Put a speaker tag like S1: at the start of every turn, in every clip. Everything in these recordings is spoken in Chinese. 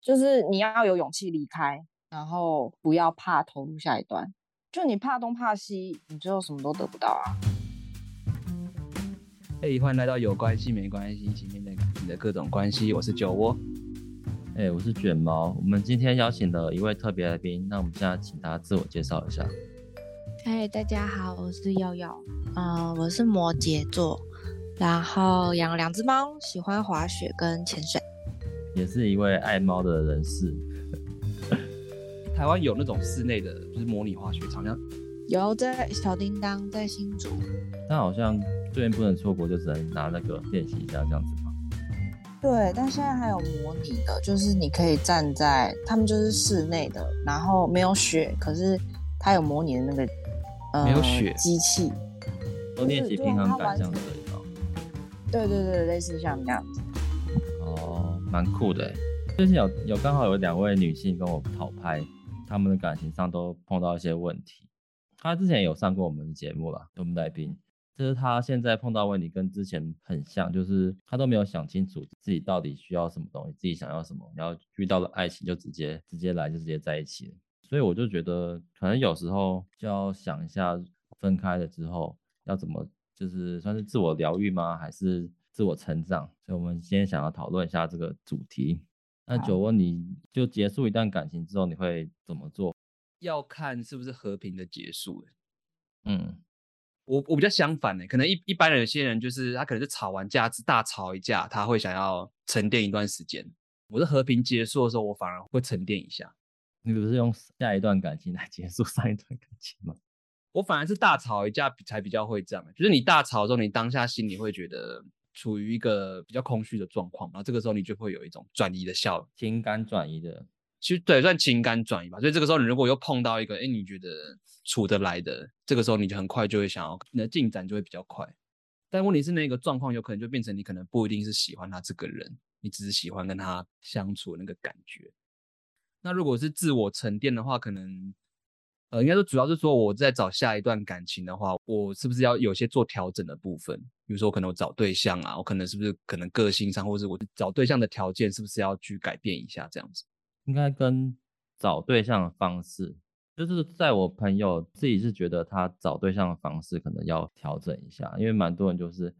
S1: 就是你要有勇气离开，然后不要怕投入下一段。就你怕东怕西，你最后什么都得不到啊。
S2: 嘿，哎欢迎来到有关系没关系，一起面对你的各种关系。我是酒窝，
S3: 哎、我是卷毛。我们今天邀请了一位特别来宾，那我们现在请他自我介绍一下。
S4: 嗨，哎大家好，我是耀耀，嗯，我是摩羯座，然后养了两只猫，喜欢滑雪跟潜水。
S3: 也是一位爱猫的人士。
S2: 台湾有那种室内的，就是模拟滑雪场，像
S4: 有在小叮当，在新竹。
S3: 他好像最近不能出国，就只能拿那个练习一下这样子嘛。
S1: 对，但现在还有模拟的，就是你可以站在他们就是室内的，然后没有雪，可是它有模拟的那个呃
S2: 没有雪
S1: 机器，
S3: 都练习平衡感这样子而已嘛
S1: 对对对，类似像那样子。
S3: 哦，蛮酷的欸。最近有有刚好有两位女性跟我讨拍，她们的感情上都碰到一些问题。她之前有上过我们的节目啦，我们来宾。这是她现在碰到问题跟之前很像，就是她都没有想清楚自己到底需要什么东西，自己想要什么，然后遇到了爱情就直接直接来就直接在一起了。所以我就觉得，可能有时候就要想一下，分开了之后要怎么，就是算是自我疗愈吗？还是自我成长？所以我们今天想要讨论一下这个主题。那
S1: 好
S3: 九问，你就结束一段感情之后，你会怎么做？
S2: 要看是不是和平的结束。欸
S3: 嗯，
S2: 我我比较相反呢、欸可能一一般人有些人就是他可能是吵完架之大吵一架，他会想要沉淀一段时间。我是和平结束的时候，我反而会沉淀一下。
S3: 你不是用下一段感情来结束上一段感情吗？
S2: 我反而是大吵一架比才比较会这样，欸就是你大吵之后，你当下心里会觉得处于一个比较空虚的状况，然后这个时候你就会有一种转移的效应，
S3: 情感转移的，
S2: 其实对算情感转移吧。所以这个时候你如果又碰到一个，哎，你觉得处得来的，这个时候你就很快就会想要你的进展就会比较快。但问题是那个状况有可能就变成你可能不一定是喜欢他这个人，你只是喜欢跟他相处的那个感觉。那如果是自我沉淀的话，可能呃，应该说主要是说我在找下一段感情的话，我是不是要有些做调整的部分？比如说，可能我找对象啊，我可能是不是可能个性上，或是我找对象的条件是不是要去改变一下这样子？
S3: 应该跟找对象的方式，就是在我朋友自己是觉得他找对象的方式可能要调整一下，因为蛮多人就是，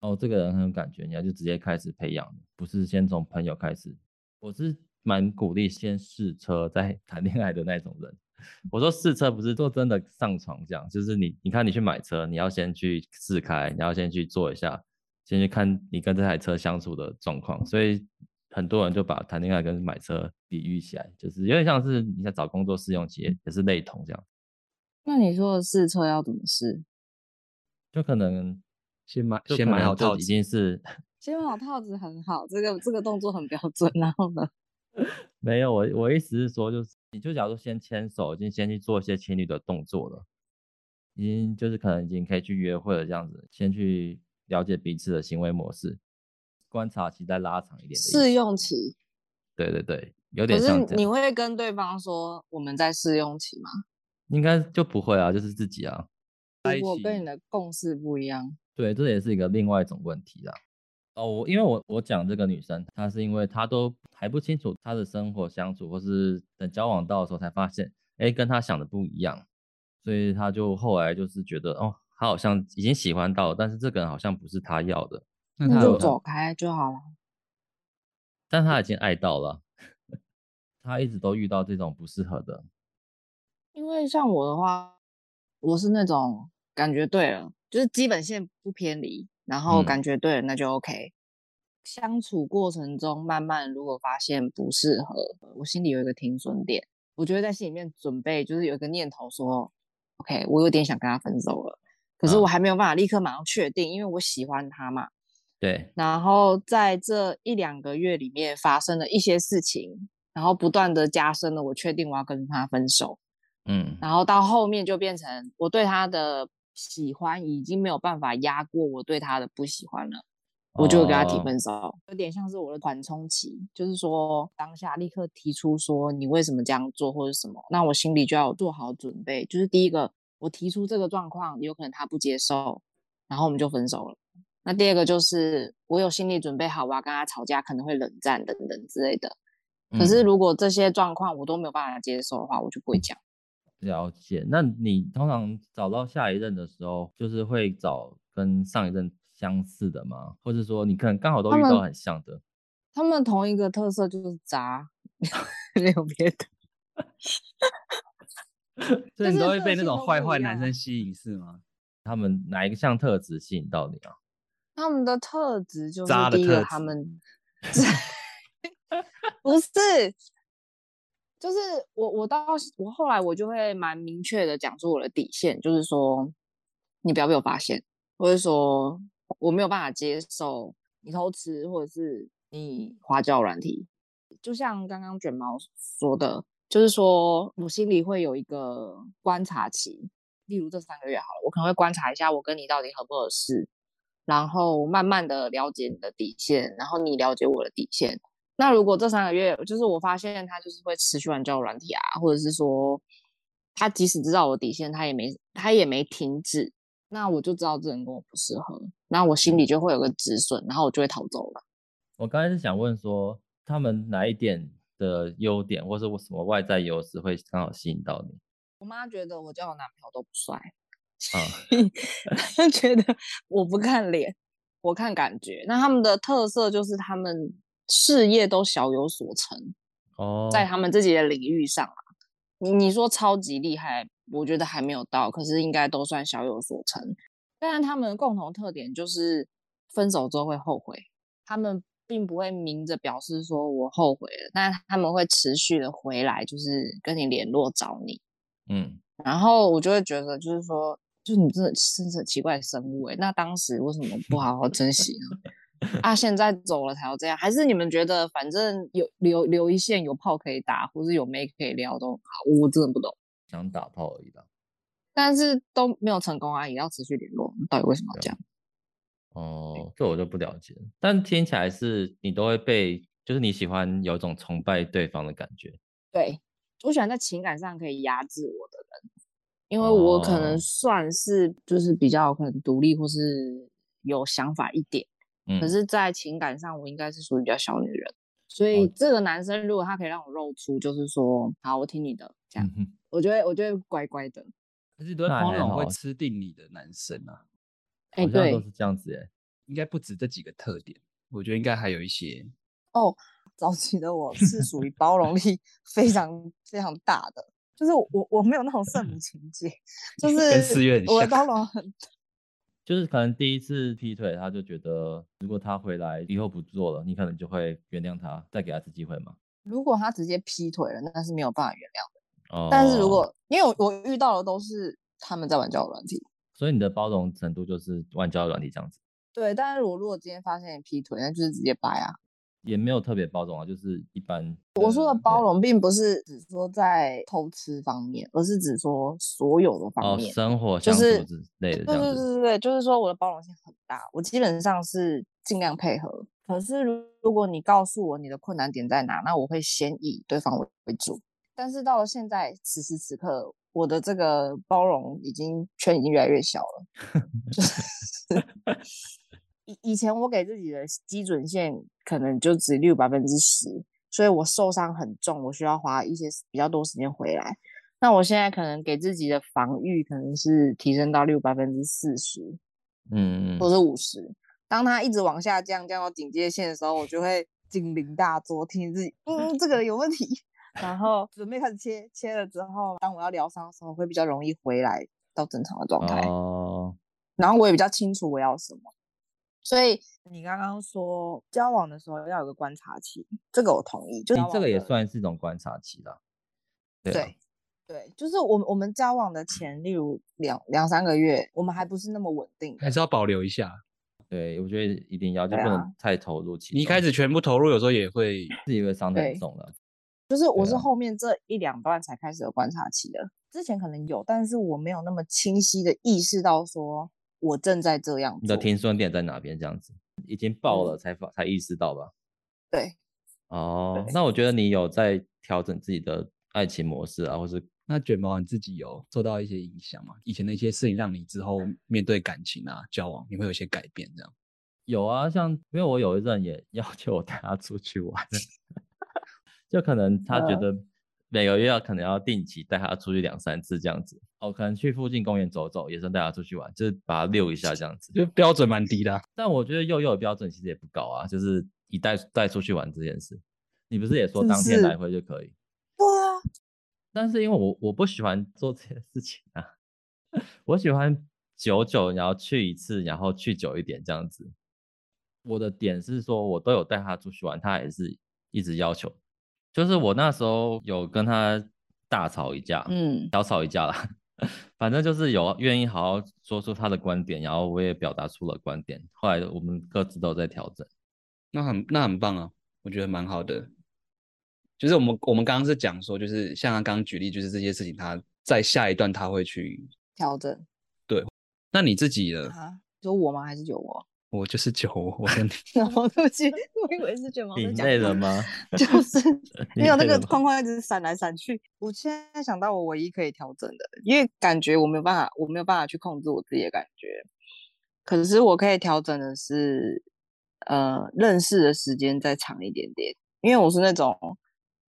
S3: 哦，这个人很有感觉，你要就直接开始培养，不是先从朋友开始。我是蛮鼓励先试车再 谈恋爱的那种人。我说试车不是说真的上床这样，就是你你看你去买车，你要先去试开，你要先去坐一下，先去看你跟这台车相处的状况，所以很多人就把谈恋爱跟买车比喻起来，就是有点像是你在找工作试用期也也是类同这样，
S1: 那你说的试车要怎么试？
S3: 就可能
S2: 先买
S3: 就
S2: 先
S3: 可
S2: 买
S3: 能
S2: 好
S3: 就
S2: 套
S3: 已
S2: 子，
S3: 经是
S1: 先把套子很好，这个这个动作很标准。然后呢？
S3: 没有我我意思是说就是你就假如先牵手，已经先去做一些情侣的动作了，已经就是可能已经可以去约会了这样子，先去了解彼此的行为模式，观察期再拉长一点的意思
S1: 试，用期，
S3: 对对对，有
S1: 可
S3: 点像
S1: 是
S3: 这
S1: 你
S3: 样，
S1: 会跟对方说我们在试用期吗？
S3: 应该就不会啊，就是自己啊。
S2: 在一
S1: 如果
S2: 起
S1: 跟你的共识不一样，
S3: 对，这也是一个另外一种问题啦。哦，我因为我我讲这个女生，她是因为她都还不清楚她的生活相处，或是等交往到的时候才发现，哎，跟她想的不一样，所以她就后来就是觉得，哦，她好像已经喜欢到了，但是这个人好像不是她要的，
S2: 那啊
S1: 你
S2: 他
S1: 就
S2: 有
S1: 走开就好了。
S3: 但她已经爱到了， 她一直都遇到这种不适合的，
S1: 因为像我的话，我是那种感觉对了，就是基本线不偏离，然后
S3: 嗯
S1: 感觉对了那就 OK。相处过程中，慢慢如果发现不适合，我心里有一个停损点，我就会在心里面准备，就是有一个念头说，OK，我有点想跟他分手了，可是
S3: 嗯
S1: 我还没有办法立刻马上确定，因为我喜欢他嘛。
S3: 对，
S1: 然后在这一两个月里面发生了一些事情，然后不断的加深了我确定我要跟他分手。
S3: 嗯，
S1: 然后到后面就变成我对他的喜欢已经没有办法压过我对他的不喜欢了，我就会跟他提
S3: 哦
S1: 分手，有点像是我的缓冲期，就是说当下立刻提出说你为什么这样做或者什么，那我心里就要有做好准备，就是第一个我提出这个状况，有可能他不接受，然后我们就分手了。那第二个就是我有心理准备好，我要跟他吵架，可能会冷战等等之类的。可
S3: 嗯
S1: 是如果这些状况我都没有办法接受的话，我就不会讲。
S3: 了解，那你通常找到下一任的时候，就是会找跟上一任相似的吗？或者说你可能刚好都
S1: 他
S3: 遇到
S1: 们
S3: 很像的？
S1: 他们同一个特色就是渣， 没有别的。
S2: 所
S1: 就
S2: 以你
S1: 是
S2: 都会
S1: 个
S2: 被那
S1: 性
S2: 种
S1: 都
S2: 坏
S1: 不
S2: 坏
S1: 一
S2: 男
S1: 样
S2: 生吸引是吗？
S3: 他们哪一个项特质吸引到你啊？
S1: 他们的特质就是
S2: 渣的
S1: 第一
S2: 特
S1: 个，
S2: 质
S1: 他们 不是，就是我我到我后来我就会蛮明确的讲出我的底线，就是说你不要被我发现，或者说我没有办法接受你偷吃，或者是你花椒软体。就像刚刚卷毛说的，就是说我心里会有一个观察期，例如这三个月好了，我可能会观察一下我跟你到底合不合适，然后慢慢的了解你的底线，然后你了解我的底线。那如果这三个月，就是我发现他就是会持续玩交友软体啊，或者是说他即使知道我底线，他也没他也没停止，那我就知道这人跟我不适合，那我心里就会有个止损，然后我就会逃走了。
S3: 我刚才是想问说，他们哪一点的优点，或是我什么外在优势会刚好吸引到你
S1: 我妈觉得我交我男朋友都不帅，
S3: 啊？
S1: 他觉得我不看脸，我看感觉。那他们的特色就是他们事业都小有所成，
S3: 哦，
S1: 在他们自己的领域上啊。你你说超级厉害，我觉得还没有到，可是应该都算小有所成。当然，他们的共同特点就是分手之后会后悔，他们并不会明着表示说我后悔了，但他们会持续的回来，就是跟你联络找你。
S3: 嗯，
S1: 然后我就会觉得，就是说，就你真的真是奇怪的生物哎、那当时为什么不好好珍惜呢？啊，现在走了才要这样，还是你们觉得反正有留留一线，有炮可以打，或是有妹可以撩都很好，我真的不懂。
S3: 想打炮而已啦。
S1: 但是都没有成功啊，也要持续联络，到底为什么要这样？
S3: 哦，这我就不了解了。但听起来是你都会被，就是你喜欢有一种崇拜对方的感觉。
S1: 对我喜欢在情感上可以压制我的人，因为我可
S3: 哦
S1: 能算是就是比较可能独立或是有想法一点。
S3: 嗯，哦
S1: 可是，在情感上，我应该是属于比较小女人，所以这个男生如果他可以让我露出，就是说，好，我听你的，这样
S3: 嗯，哼
S1: 我就会，我就会乖乖的。
S2: 可是你都会
S3: 那
S2: 碰
S3: 还
S2: 到那种会
S3: 好
S2: 吃定你的男生啊，
S1: 哎、
S3: 好像都
S1: 对
S3: 是这样子耶。
S2: 应该不止这几个特点，我觉得应该还有一些。
S1: 哦，早期的我是 属于包容力非常非常大的，就是我我没有那种圣母情节， 就
S2: 跟四
S1: 是
S2: 月很
S1: 我的包
S2: 像，
S1: 容很
S3: 就是可能第一次劈腿，他就觉得如果他回来以后不做了，你可能就会原谅他，再给他一次机会嘛。
S1: 如果他直接劈腿了，那是没有办法原谅的。
S3: 哦，
S1: 但是如果因为我我遇到的都是他们在玩交友软体，
S3: 所以你的包容程度就是万交友软体这样子，
S1: 对。但是我如果今天发现你劈腿，那就是直接掰啊。
S3: 也没有特别包容啊，就是一般。
S1: 我说的
S3: 对
S1: 包容，并不是只说在偷吃方面，而是指说所有的方
S3: 哦，
S1: 面。
S3: 生活
S1: 就
S3: 相处
S1: 是
S3: 之类的
S1: 对
S3: 这
S1: 对
S3: 样
S1: 对
S3: 子。
S1: 对对，就是说我的包容性很大，我基本上是尽量配合。可是如如果你告诉我你的困难点在哪，那我会先以对方为为主。但是到了现在，此时此刻，我的这个包容已经圈已经越来越小了。 就是以以前我给自己的基准线可能就只有百分之十，所以我受伤很重，我需要花一些比较多时间回来。那我现在可能给自己的防御可能是提升到六百分之四十
S3: 嗯，
S1: 或者五十。当它一直往下降，降到警戒线的时候，我就会警铃大作，提醒自己，嗯，这个有问题。 然后准备开始切，切了之后，当我要疗伤的时候，会比较容易回来到正常的状态。
S3: 哦，
S1: 然后我也比较清楚我要什么。所以你刚刚说交往的时候要有个观察期，这个我同意。就
S3: 你
S1: 交
S3: 这
S1: 往
S3: 个也
S1: 的
S3: 算是一种观察期啦。对啊
S1: 对对，就是我们我们交往的前，例如两两三个月，我们还不是那么稳定的
S2: 还。是要保留一下。
S3: 对，我觉得一定要，就
S1: 对
S3: 不能
S1: 啊
S3: 太投入其中。
S2: 你一开始全部投入，有时候也会
S3: 自己会伤得很
S1: 对
S3: 重的。
S1: 就是我
S3: 对
S1: 是
S3: 啊
S1: 后面这一两段才开始有观察期的，之前可能有，但是我没有那么清晰的意识到说我正在这样
S3: 你
S1: 做
S3: 的。停损点在哪边？这样子已经爆
S1: 嗯
S3: 了才发才意识到吧？
S1: 对，
S3: 哦，
S1: 对
S3: 那我觉得你有在调整自己的爱情模式啊，或是
S2: 那卷毛你自己有受到一些影响吗？以前的一些事情让你之后面对感情啊、交往，你会有一些改变这样？
S3: 有啊，像因为我有一任也要求我带他出去玩， 就可能他觉
S1: 嗯
S3: 得每个月要可能要定期带他出去两三次这样子，哦，可能去附近公园走走，也算带他出去玩，就是把他遛一下这样子。
S2: 就标准蛮低的啊、
S3: 但我觉得幼幼的标准其实也不高啊，就是一带带出去玩这件事，你不是也说
S1: 是
S3: 当天
S1: 是
S3: 来回就可以？
S1: 对啊，
S3: 但是因为我我不喜欢做这件事情啊， 我喜欢久久然后去一次，然后去久一点这样子。我的点是说，我都有带他出去玩，他也是一直要求，就是我那时候有跟他大吵一架，
S1: 嗯，
S3: 小吵一架啦， 反正就是有愿意好好说出他的观点，然后我也表达出了观点，后来我们各自都有在调整。
S2: 那很那很棒啊，我觉得蛮好的。就是我们我们刚刚是讲说，就是像他刚刚举例，就是这些事情他在下一段他会去。
S1: 调整
S2: 那你自己呢？
S1: 啊，有我吗？还是有我？
S2: 我就是酒，我跟你
S1: 我对不起，我以为是卷毛
S3: 你
S1: 在哦讲
S3: 累
S1: 话
S3: 了吗？
S1: 就是
S3: 你
S1: 没有那
S3: 累了
S1: 个
S3: 吗
S1: 框框一直闪来闪去。我现在想到我唯一可以调整的，因为感觉我没有办法，我没有办法去控制我自己的感觉。可是我可以调整的是，呃，认识的时间再长一点点，因为我是那种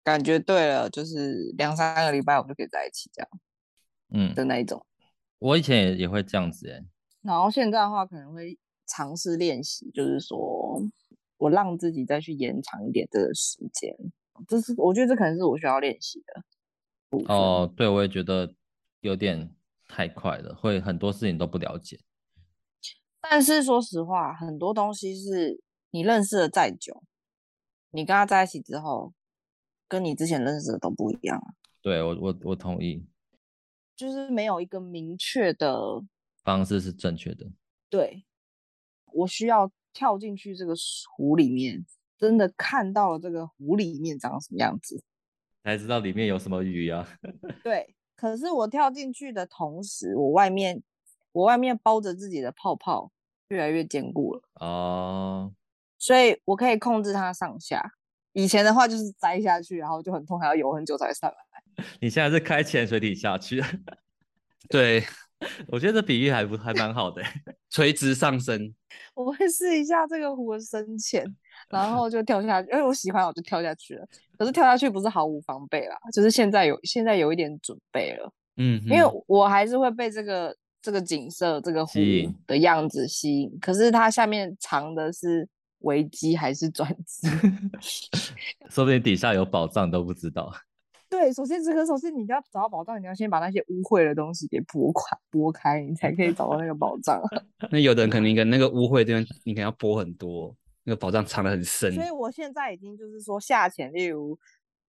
S1: 感觉对了，就是两三个礼拜我就可以在一起这样
S3: 嗯，
S1: 的那一种。
S3: 我以前也也会这样子哎、
S1: 然后现在的话，可能会尝试练习，就是说我让自己再去延长一点这个时间。这是我觉得这可能是我需要练习的。
S3: 哦，对，我也觉得有点太快了，会很多事情都不了解。
S1: 但是说实话，很多东西是你认识的再久，你跟他在一起之后，跟你之前认识的都不一样啊。
S3: 对我，我我同意，
S1: 就是没有一个明确的
S3: 方式是正确的。
S1: 对，我需要跳进去这个湖里面，真的看到了这个湖里面长什么样子。
S3: 才知道里面有什么鱼啊！
S1: 对，可是我跳进去的同时，我外面我外面包着自己的泡泡越来越坚固了，
S3: 哦，
S1: 所以我可以控制它上下。以前的话就是栽下去，然后就很痛，还要游很久才会上来。
S3: 你现在是开潜水艇下去，
S2: 对
S3: 我觉得这比喻还不还蛮好的欸、
S2: 垂直上升，
S1: 我会试一下这个湖的深浅，然后就跳下去，因为我喜欢，我就跳下去了。可是跳下去不是毫无防备啦，就是现在有现在有一点准备了，
S2: 嗯哼，
S1: 因为我还是会被这个这个景色、这个湖
S3: 吸引
S1: 的样子吸引。可是它下面藏的是危机还是转 机？
S3: 说不定底下有宝藏都不知道。
S1: 对，首先这个首先你要找到宝藏，你要先把那些污秽的东西给拨开，拨开，你才可以找到那个宝藏啊。
S2: 那有的人可能跟那个污秽地方，你可能要拨很多，那个宝藏藏得很深。
S1: 所以我现在已经就是说下潜，例如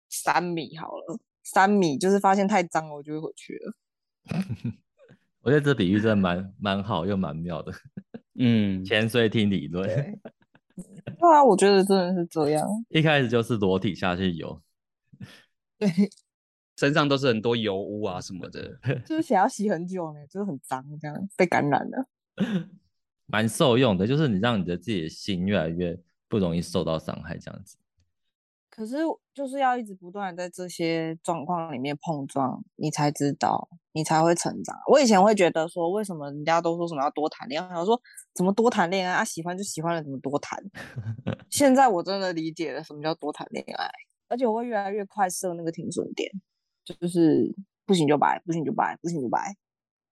S1: 三米好了，三米就是发现太脏了，我就会回去了。
S3: 我觉得这比喻真的蛮蛮好又蛮妙的，
S2: 嗯，
S3: 潜水艇理论
S1: 对啊，我觉得真的是这样。
S3: 一开始就是裸体下去游，
S1: 对，
S2: 身上都是很多油污啊什么 的。
S1: 就是想要洗很久呢，就是很脏，这样被感染了。
S3: 蛮受用的，就是你让你的自己的心越来越不容易受到伤害，这样子。
S1: 可是就是要一直不断的在这些状况里面碰撞，你才知道，你才会成长。啊我以前会觉得说，为什么人家都说什么要多谈恋爱，我想说怎么多谈恋爱啊，喜欢就喜欢了，怎么多谈？现在我真的理解了什么叫多谈恋爱，而且我会越来越快设那个停损点，就是不行就掰，不行就掰，不行就掰。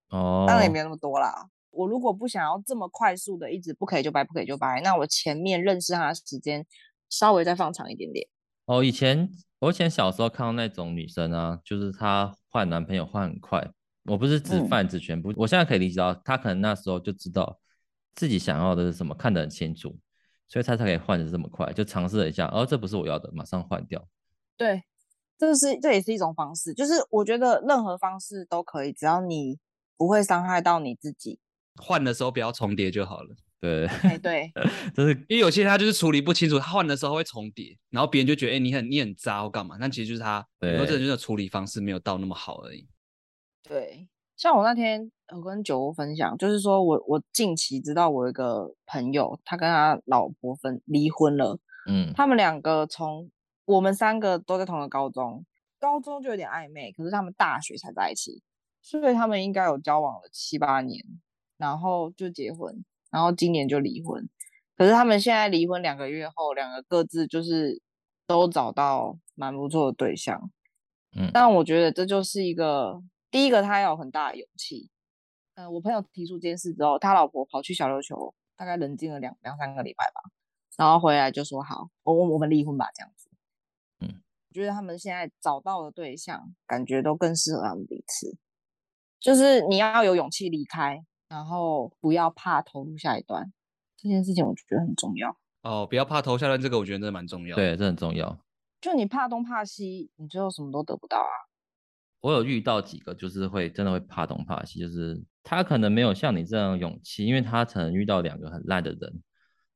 S3: 哦，
S1: 当然也没有那么多啦。我如果不想要这么快速的一直不可以就掰，不可以就掰，那我前面认识他的时间稍微再放长一点点。
S3: 哦，以前我以前小时候看到那种女生啊，就是她换男朋友换很快，我不是指
S1: 嗯
S3: 泛指全部，我现在可以理解到，她可能那时候就知道自己想要的是什么，看得很清楚，所以她才可以换的这么快，就尝试了一下，哦，这不是我要的，马上换掉。
S1: 对，这是这也是一种方式，就是我觉得任何方式都可以，只要你不会伤害到你自己。
S2: 换的时候不要重叠就好了，
S3: 对，
S1: 哎，对，
S3: 这是
S2: 因为有些他就是处理不清楚，他换的时候会重叠，然后别人就觉得哎、你很你很渣或干嘛，但其实就是他，
S3: 对
S2: 有时候真的就是处理方式没有到那么好而已。
S1: 对，像我那天我跟酒窝分享，就是说我我近期知道我有一个朋友，他跟他老婆分离婚了，
S3: 嗯，
S1: 他们两个从我们三个都在同一个高中，高中就有点暧昧，可是他们大学才在一起，所以他们应该有交往了七八年，然后就结婚，然后今年就离婚。可是他们现在离婚两个月后，两个各自就是都找到蛮不错的对象。
S3: 嗯
S1: 但我觉得这就是一个第一个，他要有很大的勇气。呃，我朋友提出这件事之后，他老婆跑去小琉球，大概冷静了两两三个礼拜吧，然后回来就说好，我我我们离婚吧，这样子。
S3: 嗯，
S1: 我觉得他们现在找到的对象，感觉都更适合他们彼此。就是你要有勇气离开，然后不要怕投入下一段，这件事情我觉得很重要。
S2: 哦，不要怕投下来，这个我觉得真的蛮重要。，
S3: 对，这很重要。
S1: 就你怕东怕西，你最后什么都得不到啊。
S3: 我有遇到几个，就是会真的会怕东怕西，就是他可能没有像你这样勇气，因为他可能遇到两个很烂的人，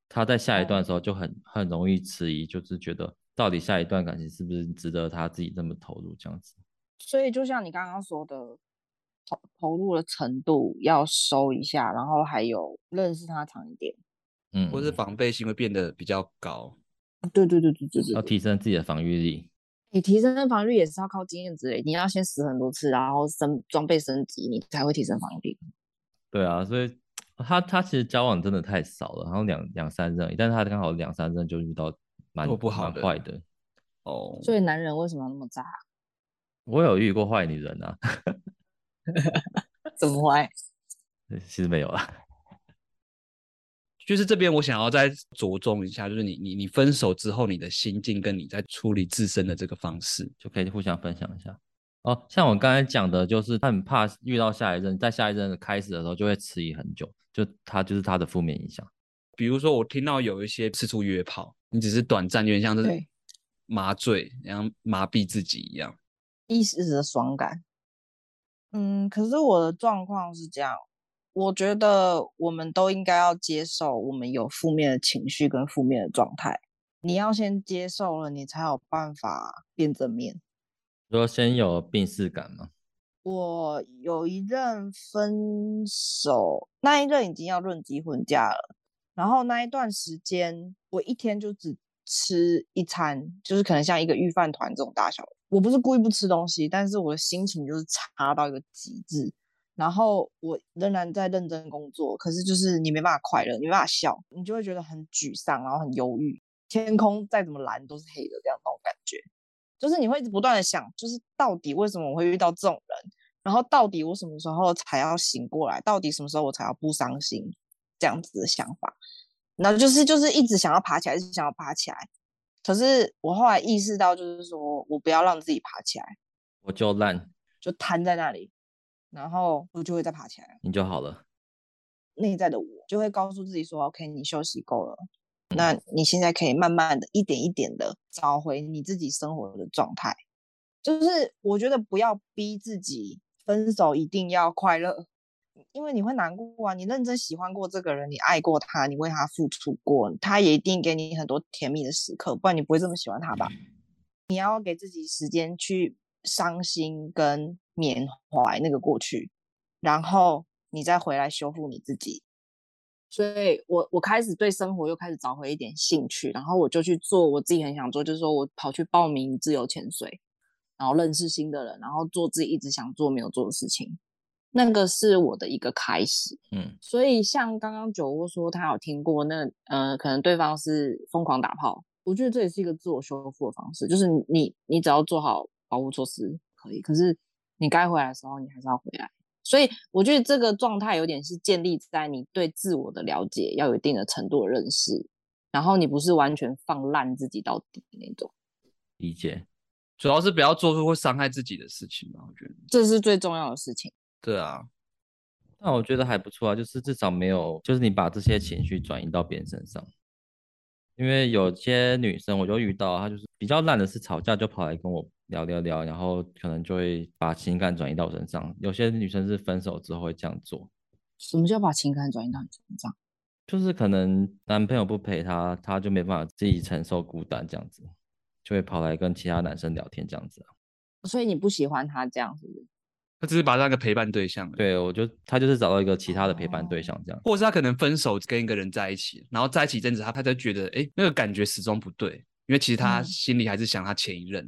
S3: 他在下一
S2: 哦
S3: 段的时候就很很容易迟疑，就是觉得到底下一段感情是不是值得他自己这么投入这样子。
S1: 所以就像你刚刚说的，投投入的程度要收一下，然后还有认识他长一点。
S3: 嗯，
S2: 或是防备心会变得比较高。
S1: 对对对对对对
S3: 要提升自己的防御力。
S1: 你提升防御力也是要靠经验之类，你要先死很多次，然后升装备升级，你才会提升防御力。
S3: 对啊，所以他他其实交往真的太少了，然后两两三任而已，但是他刚好两三任就遇到蛮
S2: 做不好
S3: 蛮
S2: 的
S3: 坏的。
S2: 哦，
S1: 所以男人为什么要那么渣？
S3: 我有遇过坏女人啊，
S1: 怎么会？
S3: 其实没有啦。
S2: 就是这边我想要再着重一下，就是你你你分手之后你的心境跟你在处理自身的这个方式。
S3: 就可以互相分享一下。哦，像我刚才讲的，就是他很怕遇到下一任，在下一任的开始的时候就会迟疑很久，就他就是他的负面影响。
S2: 比如说我听到有一些四处约炮，你只是短暂，有点像是
S1: 对
S2: 麻醉，然后麻痹自己一样。
S1: 一时的爽感。嗯，可是我的状况是这样，我觉得我们都应该要接受我们有负面的情绪跟负面的状态。你要先接受了，你才有办法变正面。
S3: 说先有病逝感嘛，
S1: 我有一任分手，那一任已经要论及婚嫁了，然后那一段时间，我一天就只吃一餐，就是可能像一个御饭团这种大小。我不是故意不吃东西，但是我的心情就是差到一个极致。然后我仍然在认真工作，可是就是你没办法快乐，你没办法笑，你就会觉得很沮丧，然后很忧郁。天空再怎么蓝都是黑的，这样那种感觉，就是你会一直不断的想，就是到底为什么我会遇到这种人，然后到底我什么时候才要醒过来，到底什么时候我才要不伤心，这样子的想法，然后就是就是一直想要爬起来，一直想要爬起来。可是我后来意识到，就是说我不要让自己爬起来，
S3: 我就烂，
S1: 就瘫在那里，然后我就会再爬起来了。
S3: 你就好了。
S1: 内在的我就会告诉自己说：“OK，你休息够了，那你现在可以慢慢的、一点一点的找回你自己生活的状态。”就是我觉得不要逼自己分手一定要快乐，因为你会难过啊。你认真喜欢过这个人，你爱过他，你为他付出过，他也一定给你很多甜蜜的时刻，不然你不会这么喜欢他吧？你要给自己时间去伤心跟缅怀那个过去，然后你再回来修复你自己。所以我我开始对生活又开始找回一点兴趣，然后我就去做我自己很想做，就是说我跑去报名自由潜水，然后认识新的人，然后做自己一直想做没有做的事情，那个是我的一个开始。
S3: 嗯，
S1: 所以像刚刚酒窝说他有听过那呃，可能对方是疯狂打炮，我觉得这也是一个自我修复的方式，就是你你只要做好保护措施可以，可是你该回来的时候你还是要回来。所以我觉得这个状态有点是建立在你对自我的了解要有一定的程度的认识，然后你不是完全放烂自己到底那种，
S3: 理解。
S2: 主要是不要做出会伤害自己的事情吧，我觉得。
S1: 这是最重要的事情。
S2: 对啊，
S3: 但我觉得还不错啊，就是至少没有，就是你把这些情绪转移到别人身上。因为有些女生我就遇到，啊她就是比较烂的是吵架就跑来跟我聊聊聊，然后可能就会把情感转移到我身上。有些女生是分手之后会这样做，
S1: 什么叫把情感转移到你身上？
S3: 就是可能男朋友不陪她，她就没办法自己承受孤单，这样子就会跑来跟其他男生聊天这样子啊。
S1: 所以你不喜欢他这样，是不是？
S2: 他只是把他那个陪伴对象，，
S3: 对我就她就是找到一个其他的陪伴对
S1: 哦
S3: 象这样。
S2: 或是他可能分手跟一个人在一起，然后在一起一阵子，他他就觉得，哎、那个感觉始终不对，因为其实他
S1: 嗯
S2: 心里还是想他前一任，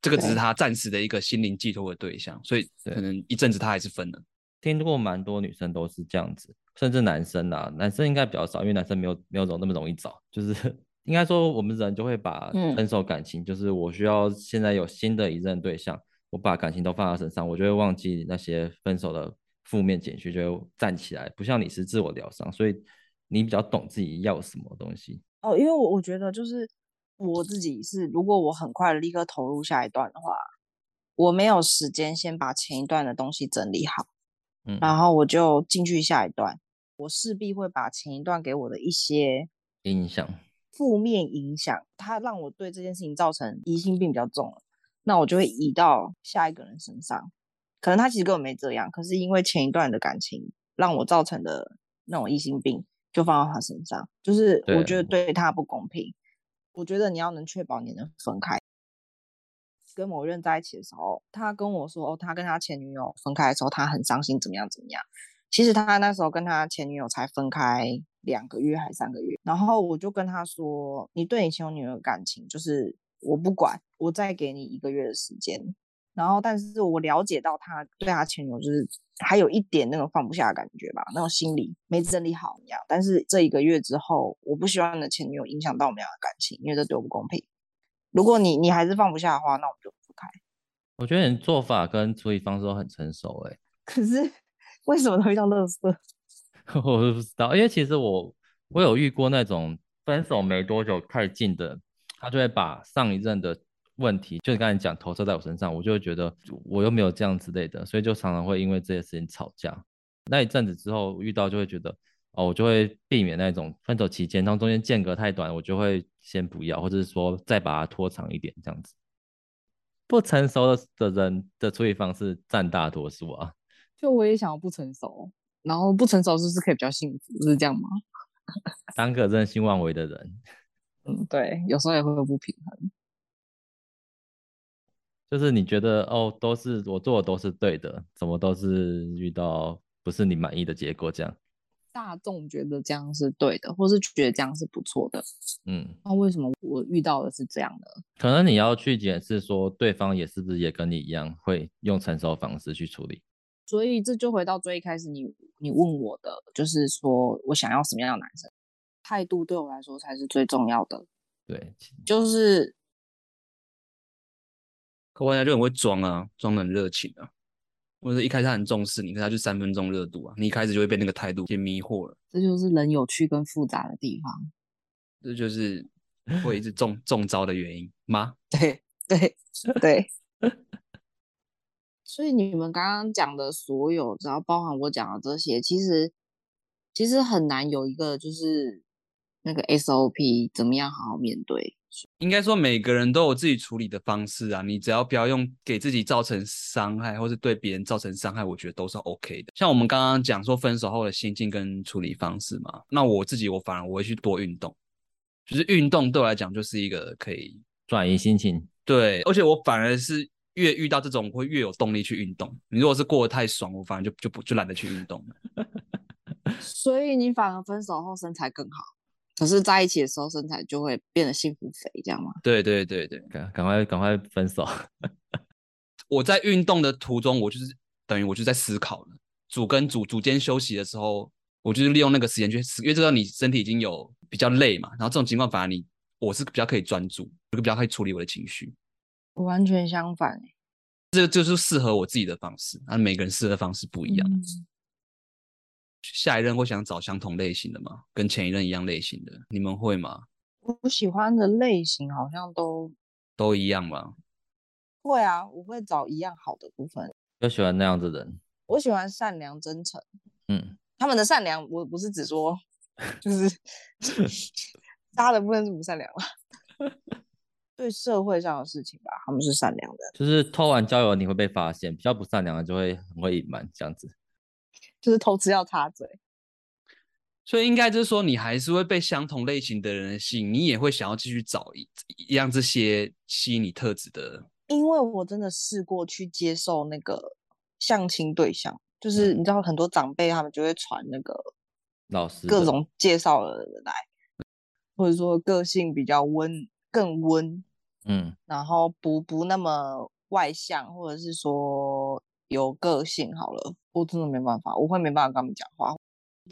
S2: 这个只是
S1: 对
S2: 他暂时的一个心灵寄托的对象，所以
S3: 对
S2: 可能一阵子他还是分了。
S3: 听过蛮多女生啊都是这样子，甚至男生啦、男生应该比较少，因为男生没有没有那么容易找，就是 应该说我们人就会把
S1: 嗯
S3: 分手感情，就是我需要现在有新的一任对象，我把感情都放在身上，我就会忘记那些分手的负面情绪，就会站起来。不像你是自我疗伤，所以你比较懂自己要什么东西。
S1: 哦，因为我我觉得就是我自己是，如果我很快的立刻投入下一段的话，我没有时间先把前一段的东西整理好，
S3: 嗯，
S1: 然后我就进去下一段，我势必会把前一段给我的一些
S3: 影响。
S1: 负面影响，它让我对这件事情造成疑心病比较重了，那我就会移到下一个人身上。可能他其实根本没这样，可是因为前一段的感情让我造成的那种疑心病，就放到他身上，就是我觉得对他不公平。我觉得你要能确保你能分开。跟某人在一起的时候，他跟我说，哦，他跟他前女友分开的时候，他很伤心，怎么样怎么样。其实他那时候跟他前女友才分开两个月还三个月，然后我就跟他说，你对你前女友的感情就是我不管，我再给你一个月的时间。然后，但是我了解到他对他前女友就是还有一点那种放不下的感觉吧，那种心理没整理好一样。但是这一个月之后，我不希望你的前女友影响到我们俩的感情，因为这对我不公平。如果你你还是放不下的话，那我们就分开。
S3: 我觉得你做法跟处理方式都很成熟、欸，
S1: 可是为什么都遇到乐色？
S3: 我是不知道，因为其实我我有遇过那种分手没多久太近的，他就会把上一任的问题，就你刚才讲投射在我身上，我就会觉得我又没有这样之类的，所以就常常会因为这些事情吵架。那一阵子之后遇到就会觉得，哦，我就会避免那种分手期间，然后中间间隔太短，我就会先不要，或者是说再把它拖长一点这样子。不成熟的的人的处理方式占大多数啊。
S1: 就我也想要不成熟，然后不成熟是不是可以比较幸福？是这样吗？
S3: 当个任性妄为的人，
S1: 嗯，对，有时候也会不平衡。
S3: 就是你觉得哦，都是我做的都是对的，怎么都是遇到不是你满意的结果这样。
S1: 大众觉得这样是对的，或是觉得这样是不错的，
S3: 嗯，
S1: 那为什么我遇到的是这样的？
S3: 可能你要去检视说对方也是不是也跟你一样会用成熟方式去处理。
S1: 所以这就回到最一开始你你问我的，就是说我想要什么样的男生，态度对我来说才是最重要的。
S3: 对，其
S1: 就是
S2: 客观来就很会装啊，装的很热情啊。或者是一开始他很重视你，可是他就三分钟热度啊，你一开始就会被那个态度给迷惑了，
S1: 这就是人有趣跟复杂的地方。
S2: 这就是会一直中中招的原因吗？
S1: 对对对。 所以你们刚刚讲的所有，只要包含我讲的这些，其实其实很难有一个就是那个 SOP 怎么样好好面对。
S2: 应该说每个人都有自己处理的方式啊，你只要不要用给自己造成伤害，或是对别人造成伤害，我觉得都是 OK 的。像我们刚刚讲说分手后的心境跟处理方式嘛，那我自己我反而我会去多运动，就是运动对我来讲就是一个可以
S3: 转移心情，
S2: 对，而且我反而是越遇到这种，我会越有动力去运动。你如果是过得太爽，我反而就就不就懒得去运动了。
S1: 所以你反而分手后身材更好，可是在一起的时候身材就会变得幸福肥，这样吗？
S2: 对对对对，
S3: 赶赶快赶快分手。
S2: 我在运动的途中，我就是等于我就在思考了。组跟组组间休息的时候，我就是利用那个时间去思，因为知道你身体已经有比较累嘛，然后这种情况反而你我是比较可以专注，我就比较可以处理我的情绪。
S1: 我完全相反、欸，
S2: 这个就是适合我自己的方式，啊，每个人适合的方式不一样。下一任会想找相同类型的吗？跟前一任一样类型的，你们会吗？
S1: 我喜欢的类型好像都
S2: 都一样吗？
S1: 会啊，我会找一样好的部分。
S3: 就喜欢那样子的人，
S1: 我喜欢善良真诚，
S3: 嗯，
S1: 他们的善良，我不是只说就是 大家的部分是不善良了， 对社会上的事情吧，他们是善良的，
S3: 就是偷完交友你会被发现，比较不善良的就会很会隐瞒这样子。
S1: 就是偷吃要插嘴。
S2: 所以应该就是说，你还是会被相同类型的人吸引，你也会想要继续找一一样这些吸引你特质的。
S1: 因为我真的试过去接受那个相亲对象，就是你知道很多长辈他们就会传那个
S3: 老实
S1: 各
S3: 的
S1: 种介绍的人来，或者说个性比较温更温，
S3: 嗯，
S1: 然后不不那么外向，或者是说有个性好了，我真的没办法，我会没办法跟他们讲话。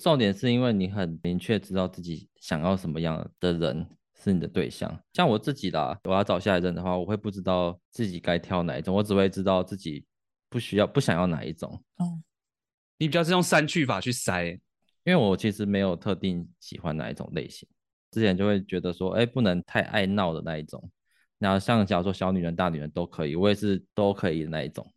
S3: 重点是因为你很明确知道自己想要什么样的人，是你的对象。像我自己啦，我要找下一任的话，我会不知道自己该挑哪一种，我只会知道自己不需要、不想要哪一种。
S2: 你比较是用删去法去筛，
S3: 因为我其实没有特定喜欢哪一种类型，之前就会觉得说，哎，不能太爱闹的那一种。那像假如说小女人、大女人都可以，我也是都可以的那一种。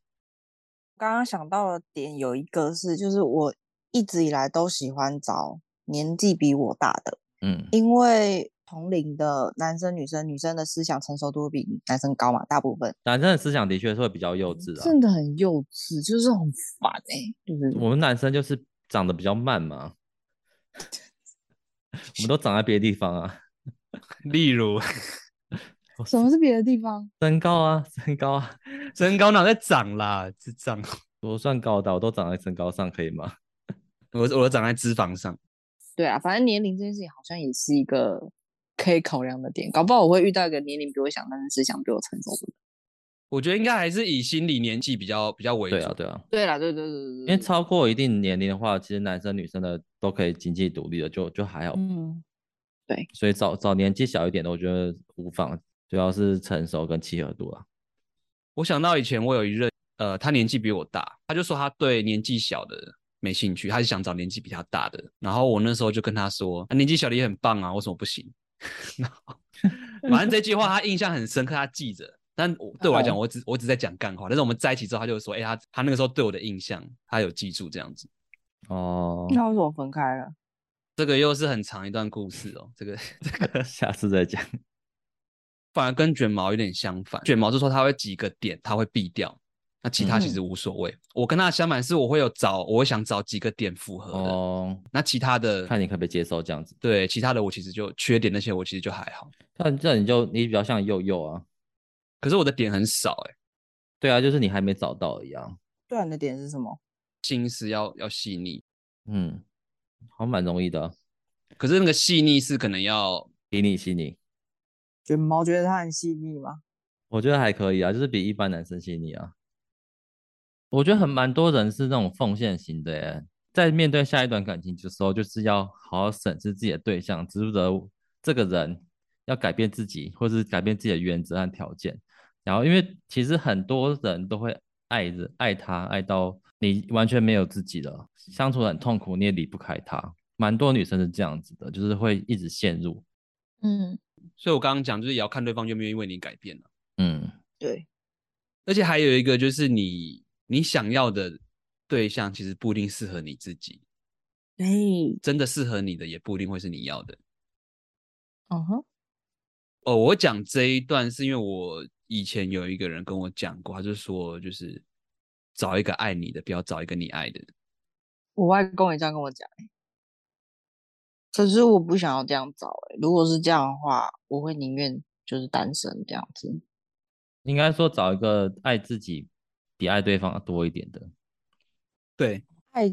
S1: 刚刚想到的点有一个是，就是我一直以来都喜欢找年纪比我大的，
S3: 嗯，
S1: 因为同龄的男生女生，女生的思想成熟度会比男生高嘛，大部分
S3: 男生的思想的确是会比较幼稚啊。
S1: 真的很幼稚，就是很烦哎、就是
S3: 我们男生就是长得比较慢嘛，我们都长在别的地方啊，
S2: 例如
S3: 哦
S1: 什么是别的地方？
S3: 身高啊，身高啊，
S2: 身高哪在长啦，智障，
S3: 我算高的啊，我都长在身高上，可以吗？
S2: 我我长在脂肪上，
S1: 对啊，反正年龄这件事情好像也是一个可以考量的点，搞不好我会遇到一个年龄比我小，但是思想比我成熟的。
S2: 我觉得应该还是以心理年纪比较比较为主。
S3: 对啊，对啊，
S1: 对啦，对对对对
S3: 因
S1: 对，
S3: 为超过一定年龄的话，其实男生女生的都可以经济独立的，就就还好。
S1: 嗯，
S3: 所以找找年纪小一点的，我觉得无妨，主要是成熟跟契合度啦。啊
S2: 我想到以前我有一任，呃，他年纪比我大，他就说他对年纪小的没兴趣，他是想找年纪比他大的。然后我那时候就跟他说，啊、年纪小的也很棒啊，为什么不行？ 然后反正这句话他印象很深刻，他记着。但我对我来讲，我只我只在讲干话。但是我们在一起之后，他就说，哎、他他那个时候对我的印象，他有记住这样子。
S3: 哦，
S1: 那为什么分开了？
S2: 这个又是很长一段故事哦，这个这个
S3: 下次再讲。
S2: 反而跟卷毛有点相反。卷毛就说他会几个点他会避掉，那其他其
S3: 嗯
S2: 实无所谓。我跟他的相反是，我会有找，我会想找几个点符合的。
S3: 哦，
S2: 那其他的，
S3: 看你可不可以接受这样子。
S2: 对其他的我其实就缺点那些我其实就还好，
S3: 那这样你就你比较像佑佑啊，
S2: 可是我的点很少哎、
S3: 对啊，就是你还没找到一样。
S1: 对啊，你的点是什么？
S2: 心思要要细腻，
S3: 嗯，好像蛮容易的啊，
S2: 可是那个细腻是可能要
S3: 比你细腻，
S1: 卷毛觉得他很细腻吗？
S3: 我觉得还可以啊，就是比一般男生细腻啊。我觉得很蛮多人是那种奉献型的耶，在面对下一段感情的时候，就是要好好审视自己的对象，值得这个人要改变自己，或是改变自己的原则和条件。然后，因为其实很多人都会爱着爱他，爱到你完全没有自己了，相处得很痛苦，你也离不开他。蛮多女生是这样子的，就是会一直陷入，
S4: 嗯，
S2: 所以我刚刚讲就是也要看对方愿不愿意为你改变啊
S3: 嗯，
S1: 对，
S2: 而且还有一个就是你你想要的对象其实不一定适合你自己，
S1: 哎，
S2: 真的适合你的也不一定会是你要的。
S1: 嗯哼，
S2: 哦，我讲这一段是因为我以前有一个人跟我讲过，他就说就是找一个爱你的，不要找一个你爱的。
S1: 我外公也这样跟我讲、欸。可是我不想要这样找、欸，如果是这样的话，我会宁愿就是单身这样子。
S3: 应该说找一个爱自己比爱对方多一点的，
S2: 对，
S1: 爱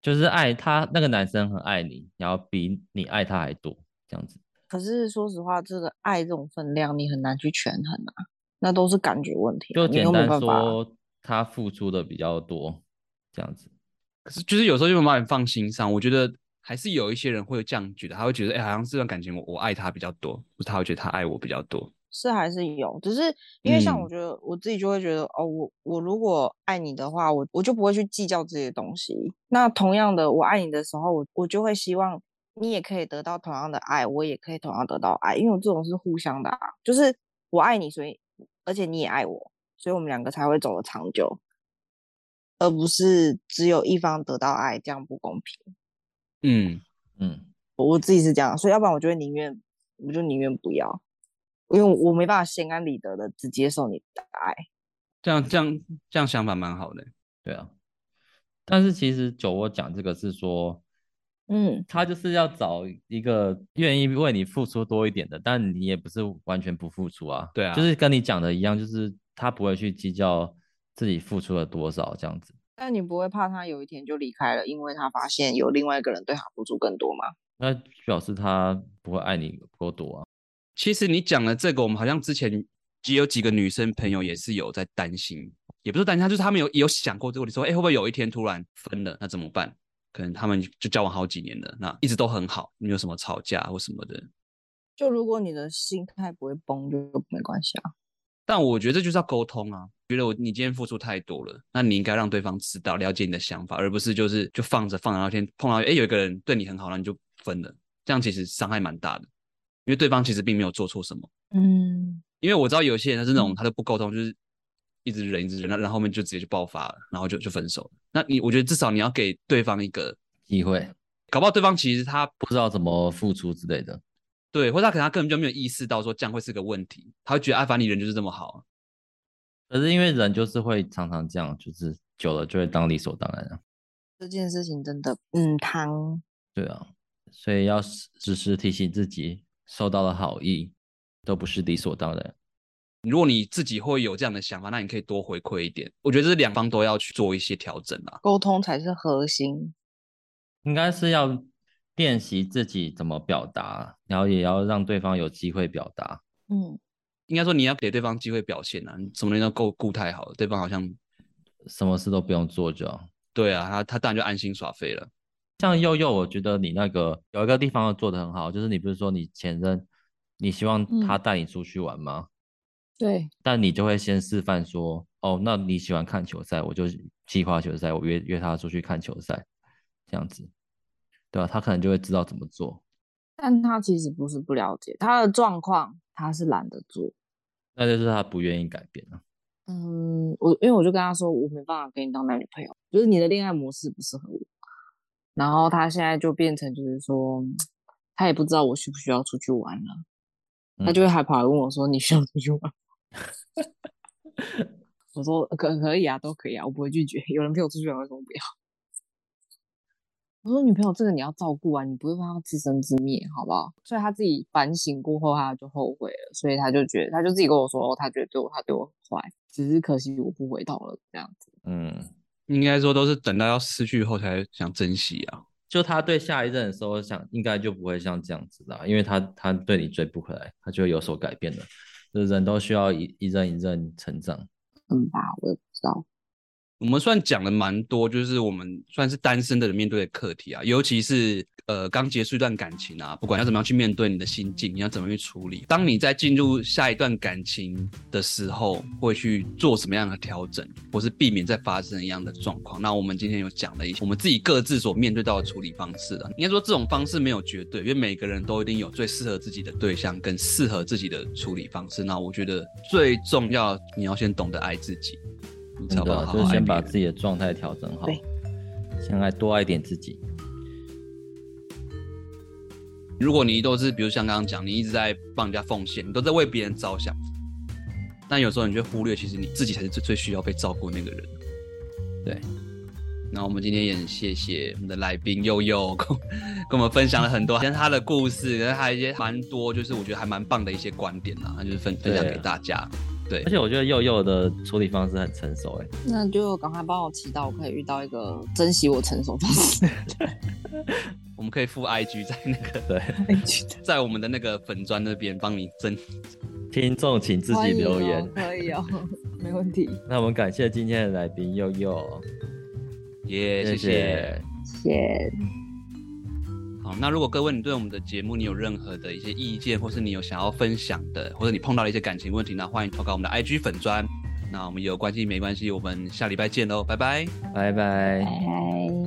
S3: 就是爱他那个男生很爱你，然后比你爱他还多，这样子。
S1: 可是说实话，这个爱这种分量你很难去权衡啊，那都是感觉问题啊、
S3: 就
S1: 你
S3: 简
S1: 又没
S3: 单
S1: 办法啊。
S3: 说，他付出的比较多，这样子。
S2: 可是就是有时候就没把你放心上，我觉得还是有一些人会有这样觉得，他会觉得哎、好像这段感情我我爱他比较多，不是他会觉得他爱我比较多。
S1: 是还是有，只是因为像
S3: 嗯
S1: 我觉得我自己就会觉得，哦，我我如果爱你的话，我我就不会去计较这些东西。那同样的，我爱你的时候，我我就会希望你也可以得到同样的爱，我也可以同样得到爱，因为我这种是互相的啊，就是我爱你，所以而且你也爱我，所以我们两个才会走得长久，而不是只有一方得到爱，这样不公平。
S2: 嗯，
S3: 嗯，
S1: 我我自己是这样，所以要不然我就会宁愿，我就宁愿不要，因为我没办法心安理得的只接受你的爱。
S2: 这样这样这样想法蛮好的。
S3: 对啊。但是其实酒窝讲这个是说，
S1: 嗯，
S3: 他就是要找一个愿意为你付出多一点的，但你也不是完全不付出啊。
S2: 对啊
S3: 就是跟你讲的一样，就是他不会去计较自己付出了多少这样子。
S1: 但你不会怕他有一天就离开了，因为他发现有另外一个人对他付出更多吗？
S3: 那表示他不会爱你不够多啊。
S2: 其实你讲的这个，我们好像之前也有几个女生朋友也是有在担心，也不是担心，她就是她们有有想过这个问题，说，哎、会不会有一天突然分了，那怎么办？可能他们就交往好几年了，那一直都很好，没有什么吵架或什么的。
S1: 就如果你的心态不会崩，就没关系啊。
S2: 但我觉得这就是要沟通啊，觉得我你今天付出太多了，那你应该让对方知道，了解你的想法，而不是就是就放着放着，然后天碰到哎有一个人对你很好，然后你就分了，这样其实伤害蛮大的，因为对方其实并没有做错什么。
S1: 嗯，
S2: 因为我知道有些人他是那种他都不沟通，就是一直忍一直忍，然后后面就直接就爆发了，然后就就分手了。那你我觉得至少你要给对方一个，
S3: 机会，
S2: 搞不好对方其实他
S3: 不知道怎么付出之类的。
S2: 对，或者他可能他根本就没有意识到说这样会是个问题，他会觉得啊，反正你人就是这么好啊，
S3: 可是因为人就是会常常这样，就是久了就会当理所当然了、啊
S1: 这件事情真的，嗯，汤
S3: 对啊，所以要时时时提醒自己，受到了好意都不是理所当然。
S2: 如果你自己会有这样的想法，那你可以多回馈一点。我觉得这是两方都要去做一些调整啊啦。
S1: 沟通才是核心。
S3: 应该是要练习自己怎么表达，然后也要让对方有机会表达。
S1: 嗯，
S2: 应该说你要给对方机会表现啊，你什么东西都够顾太好了，对方好像
S3: 什么事都不用做就好。
S2: 对啊，他他当然就安心耍废了。
S3: 像佑佑，我觉得你那个有一个地方做得很好，就是你不是说你前任，你希望他带你出去玩吗？
S1: 对，
S3: 但你就会先示范说，哦，那你喜欢看球赛，我就计划球赛，我约约他出去看球赛，这样子，对啊，他可能就会知道怎么做。
S1: 但他其实不是不了解他的状况，他是懒得做。
S3: 那就是他不愿意改变啊了。
S1: 嗯，我因为我就跟他说，我没办法给你当男女朋友，就是你的恋爱模式不适合我。然后他现在就变成就是说，他也不知道我需不需要出去玩了，他就会还跑来问我说：“你需要出去玩吗？” 我说：“可可以啊，都可以啊，我不会拒绝。有人陪我出去玩，为什么不要？”我说：“女朋友这个你要照顾啊，你不会让她自生自灭，好不好？”所以他自己反省过后，他就后悔了，所以他就觉得，他就自己跟我说：“哦，他觉得对我，他对我很坏，只是可惜我不回头了。”这样子，
S3: 嗯，
S2: 应该说都是等到要失去后才想珍惜啊。
S3: 就他对下一任的时候想，应该就不会像这样子啦，因为他他对你追不回来，他就会有所改变的。就是人都需要一一任一任成长。
S1: 嗯吧，我也不知道。
S2: 我们算讲了蛮多，就是我们算是单身的人面对的课题啊，尤其是呃刚结束一段感情啊，不管要怎么样去面对你的心境，你要怎么去处理。当你在进入下一段感情的时候，会去做什么样的调整，或是避免再发生一样的状况？那我们今天有讲了一些我们自己各自所面对到的处理方式了。应该说这种方式没有绝对，因为每个人都一定有最适合自己的对象跟适合自己的处理方式。那我觉得最重要，你要先懂得爱自己。你才
S3: 真
S2: 有办
S3: 的啊
S2: 法，好
S3: 就
S2: 好
S3: 是
S2: 爱
S3: 先
S2: 别
S3: 把
S2: 人
S3: 自己的状态调整好
S1: 对，
S3: 先爱多爱一点自己。
S2: 如果你都是，比如像刚刚讲，你一直在帮人家奉献，你都在为别人着想，但有时候你却忽略，其实你自己才是最最需要被照顾的那个人。
S3: 对，
S2: 那我们今天也很谢谢我们的来宾悠悠， 跟我跟我们分享了很多，跟他的故事，跟他一些蛮多，就是我觉得还蛮棒的一些观点呐，那就是分分享
S3: 对啊
S2: 给大家。对
S3: 而，且我觉得佑佑的处理方式很成熟、欸，
S1: 那就赶快帮我祈祷，我可以遇到一个珍惜我成熟方式
S2: 我们可以附 IG 在那个
S3: 对，
S1: 的人
S2: 在我们的那个粉砖那边帮你增
S3: 听众请自己留言。
S1: 欢迎哦可以 哦，没问题，
S3: 那我们感谢今天的来宾佑佑，
S2: 耶
S3: 谢
S2: 谢谢。
S1: 谢谢。
S2: 好，那如果各位你对我们的节目你有任何的一些意见，或是你有想要分享的，或者你碰到了一些感情问题，那欢迎投稿我们的 IG 粉砖。那我们有关系没关系，我们下礼拜见喽，拜拜。
S3: 拜拜
S1: 拜拜。